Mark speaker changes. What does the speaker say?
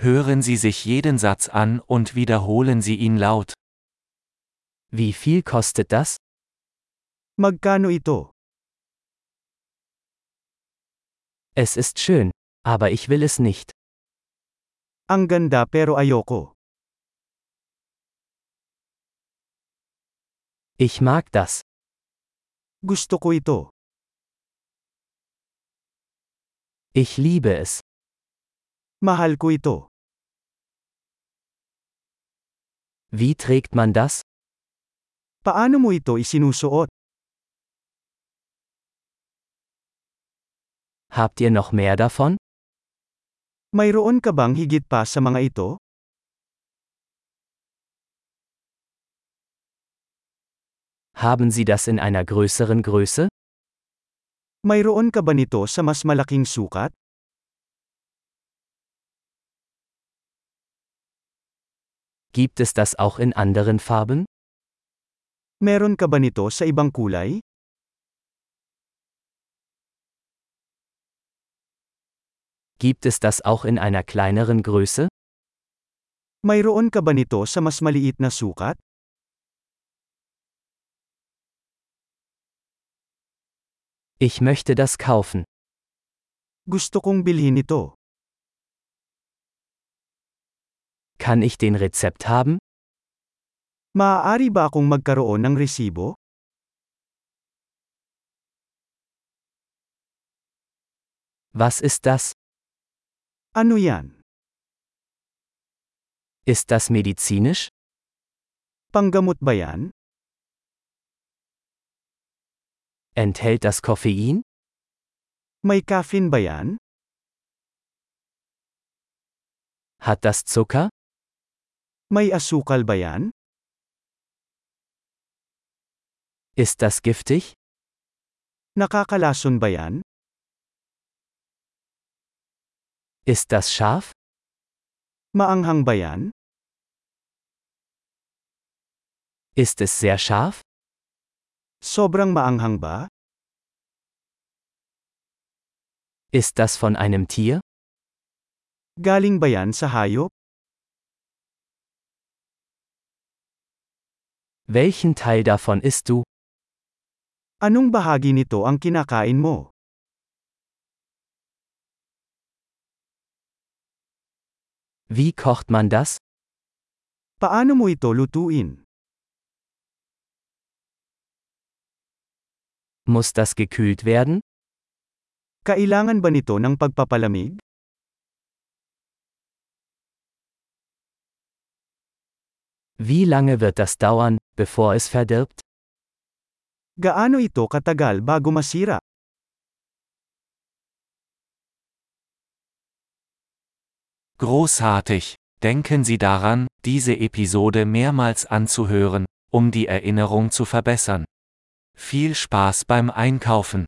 Speaker 1: Hören Sie sich jeden Satz an und wiederholen Sie ihn laut. Wie viel kostet das?
Speaker 2: Magkano ito?
Speaker 1: Es ist schön, aber ich will es nicht.
Speaker 2: Ang ganda pero ayoko.
Speaker 1: Ich mag das.
Speaker 2: Gusto ko ito.
Speaker 1: Ich liebe es.
Speaker 2: Mahal ko ito.
Speaker 1: Wie trägt man das?
Speaker 2: Paano mo ito isinusuot?
Speaker 1: Habt ihr noch mehr davon?
Speaker 2: Mayroon ka bang higit pa sa mga ito?
Speaker 1: Haben Sie das in einer größeren Größe?
Speaker 2: Mayroon ka ba nito sa mas malaking sukat?
Speaker 1: Gibt es das auch in anderen Farben?
Speaker 2: Meron ka ba nito sa ibang kulay?
Speaker 1: Gibt es das auch in einer kleineren Größe?
Speaker 2: Mayroon ka ba nito sa mas maliit na sukat?
Speaker 1: Ich möchte das kaufen.
Speaker 2: Gusto kong bilhin ito.
Speaker 1: Kann ich den Rezept haben?
Speaker 2: Maaari ba akong magkaroon ng resibo?
Speaker 1: Was ist das?
Speaker 2: Ano yan?
Speaker 1: Ist das medizinisch?
Speaker 2: Panggamot ba yan?
Speaker 1: Enthält das Koffein?
Speaker 2: May caffeine ba yan?
Speaker 1: Hat das Zucker?
Speaker 2: May asukal ba yan?
Speaker 1: Ist das giftig?
Speaker 2: Nakakalason ba yan?
Speaker 1: Ist das scharf?
Speaker 2: Maanghang ba yan?
Speaker 1: Ist es sehr scharf?
Speaker 2: Sobrang maanghang ba?
Speaker 1: Ist das von einem Tier?
Speaker 2: Galing ba yan sa hayop?
Speaker 1: Welchen Teil davon isst du?
Speaker 2: Anong bahagi nito ang kinakain mo?
Speaker 1: Wie kocht man das?
Speaker 2: Paano mo ito lutuin?
Speaker 1: Muss das gekühlt werden?
Speaker 2: Kailangan ba nito ng pagpapalamig?
Speaker 1: Wie lange wird das dauern, bevor es verdirbt?
Speaker 2: Gaano ito katagal bago masira?
Speaker 1: Großartig! Denken Sie daran, diese Episode mehrmals anzuhören, um die Erinnerung zu verbessern. Viel Spaß beim Einkaufen!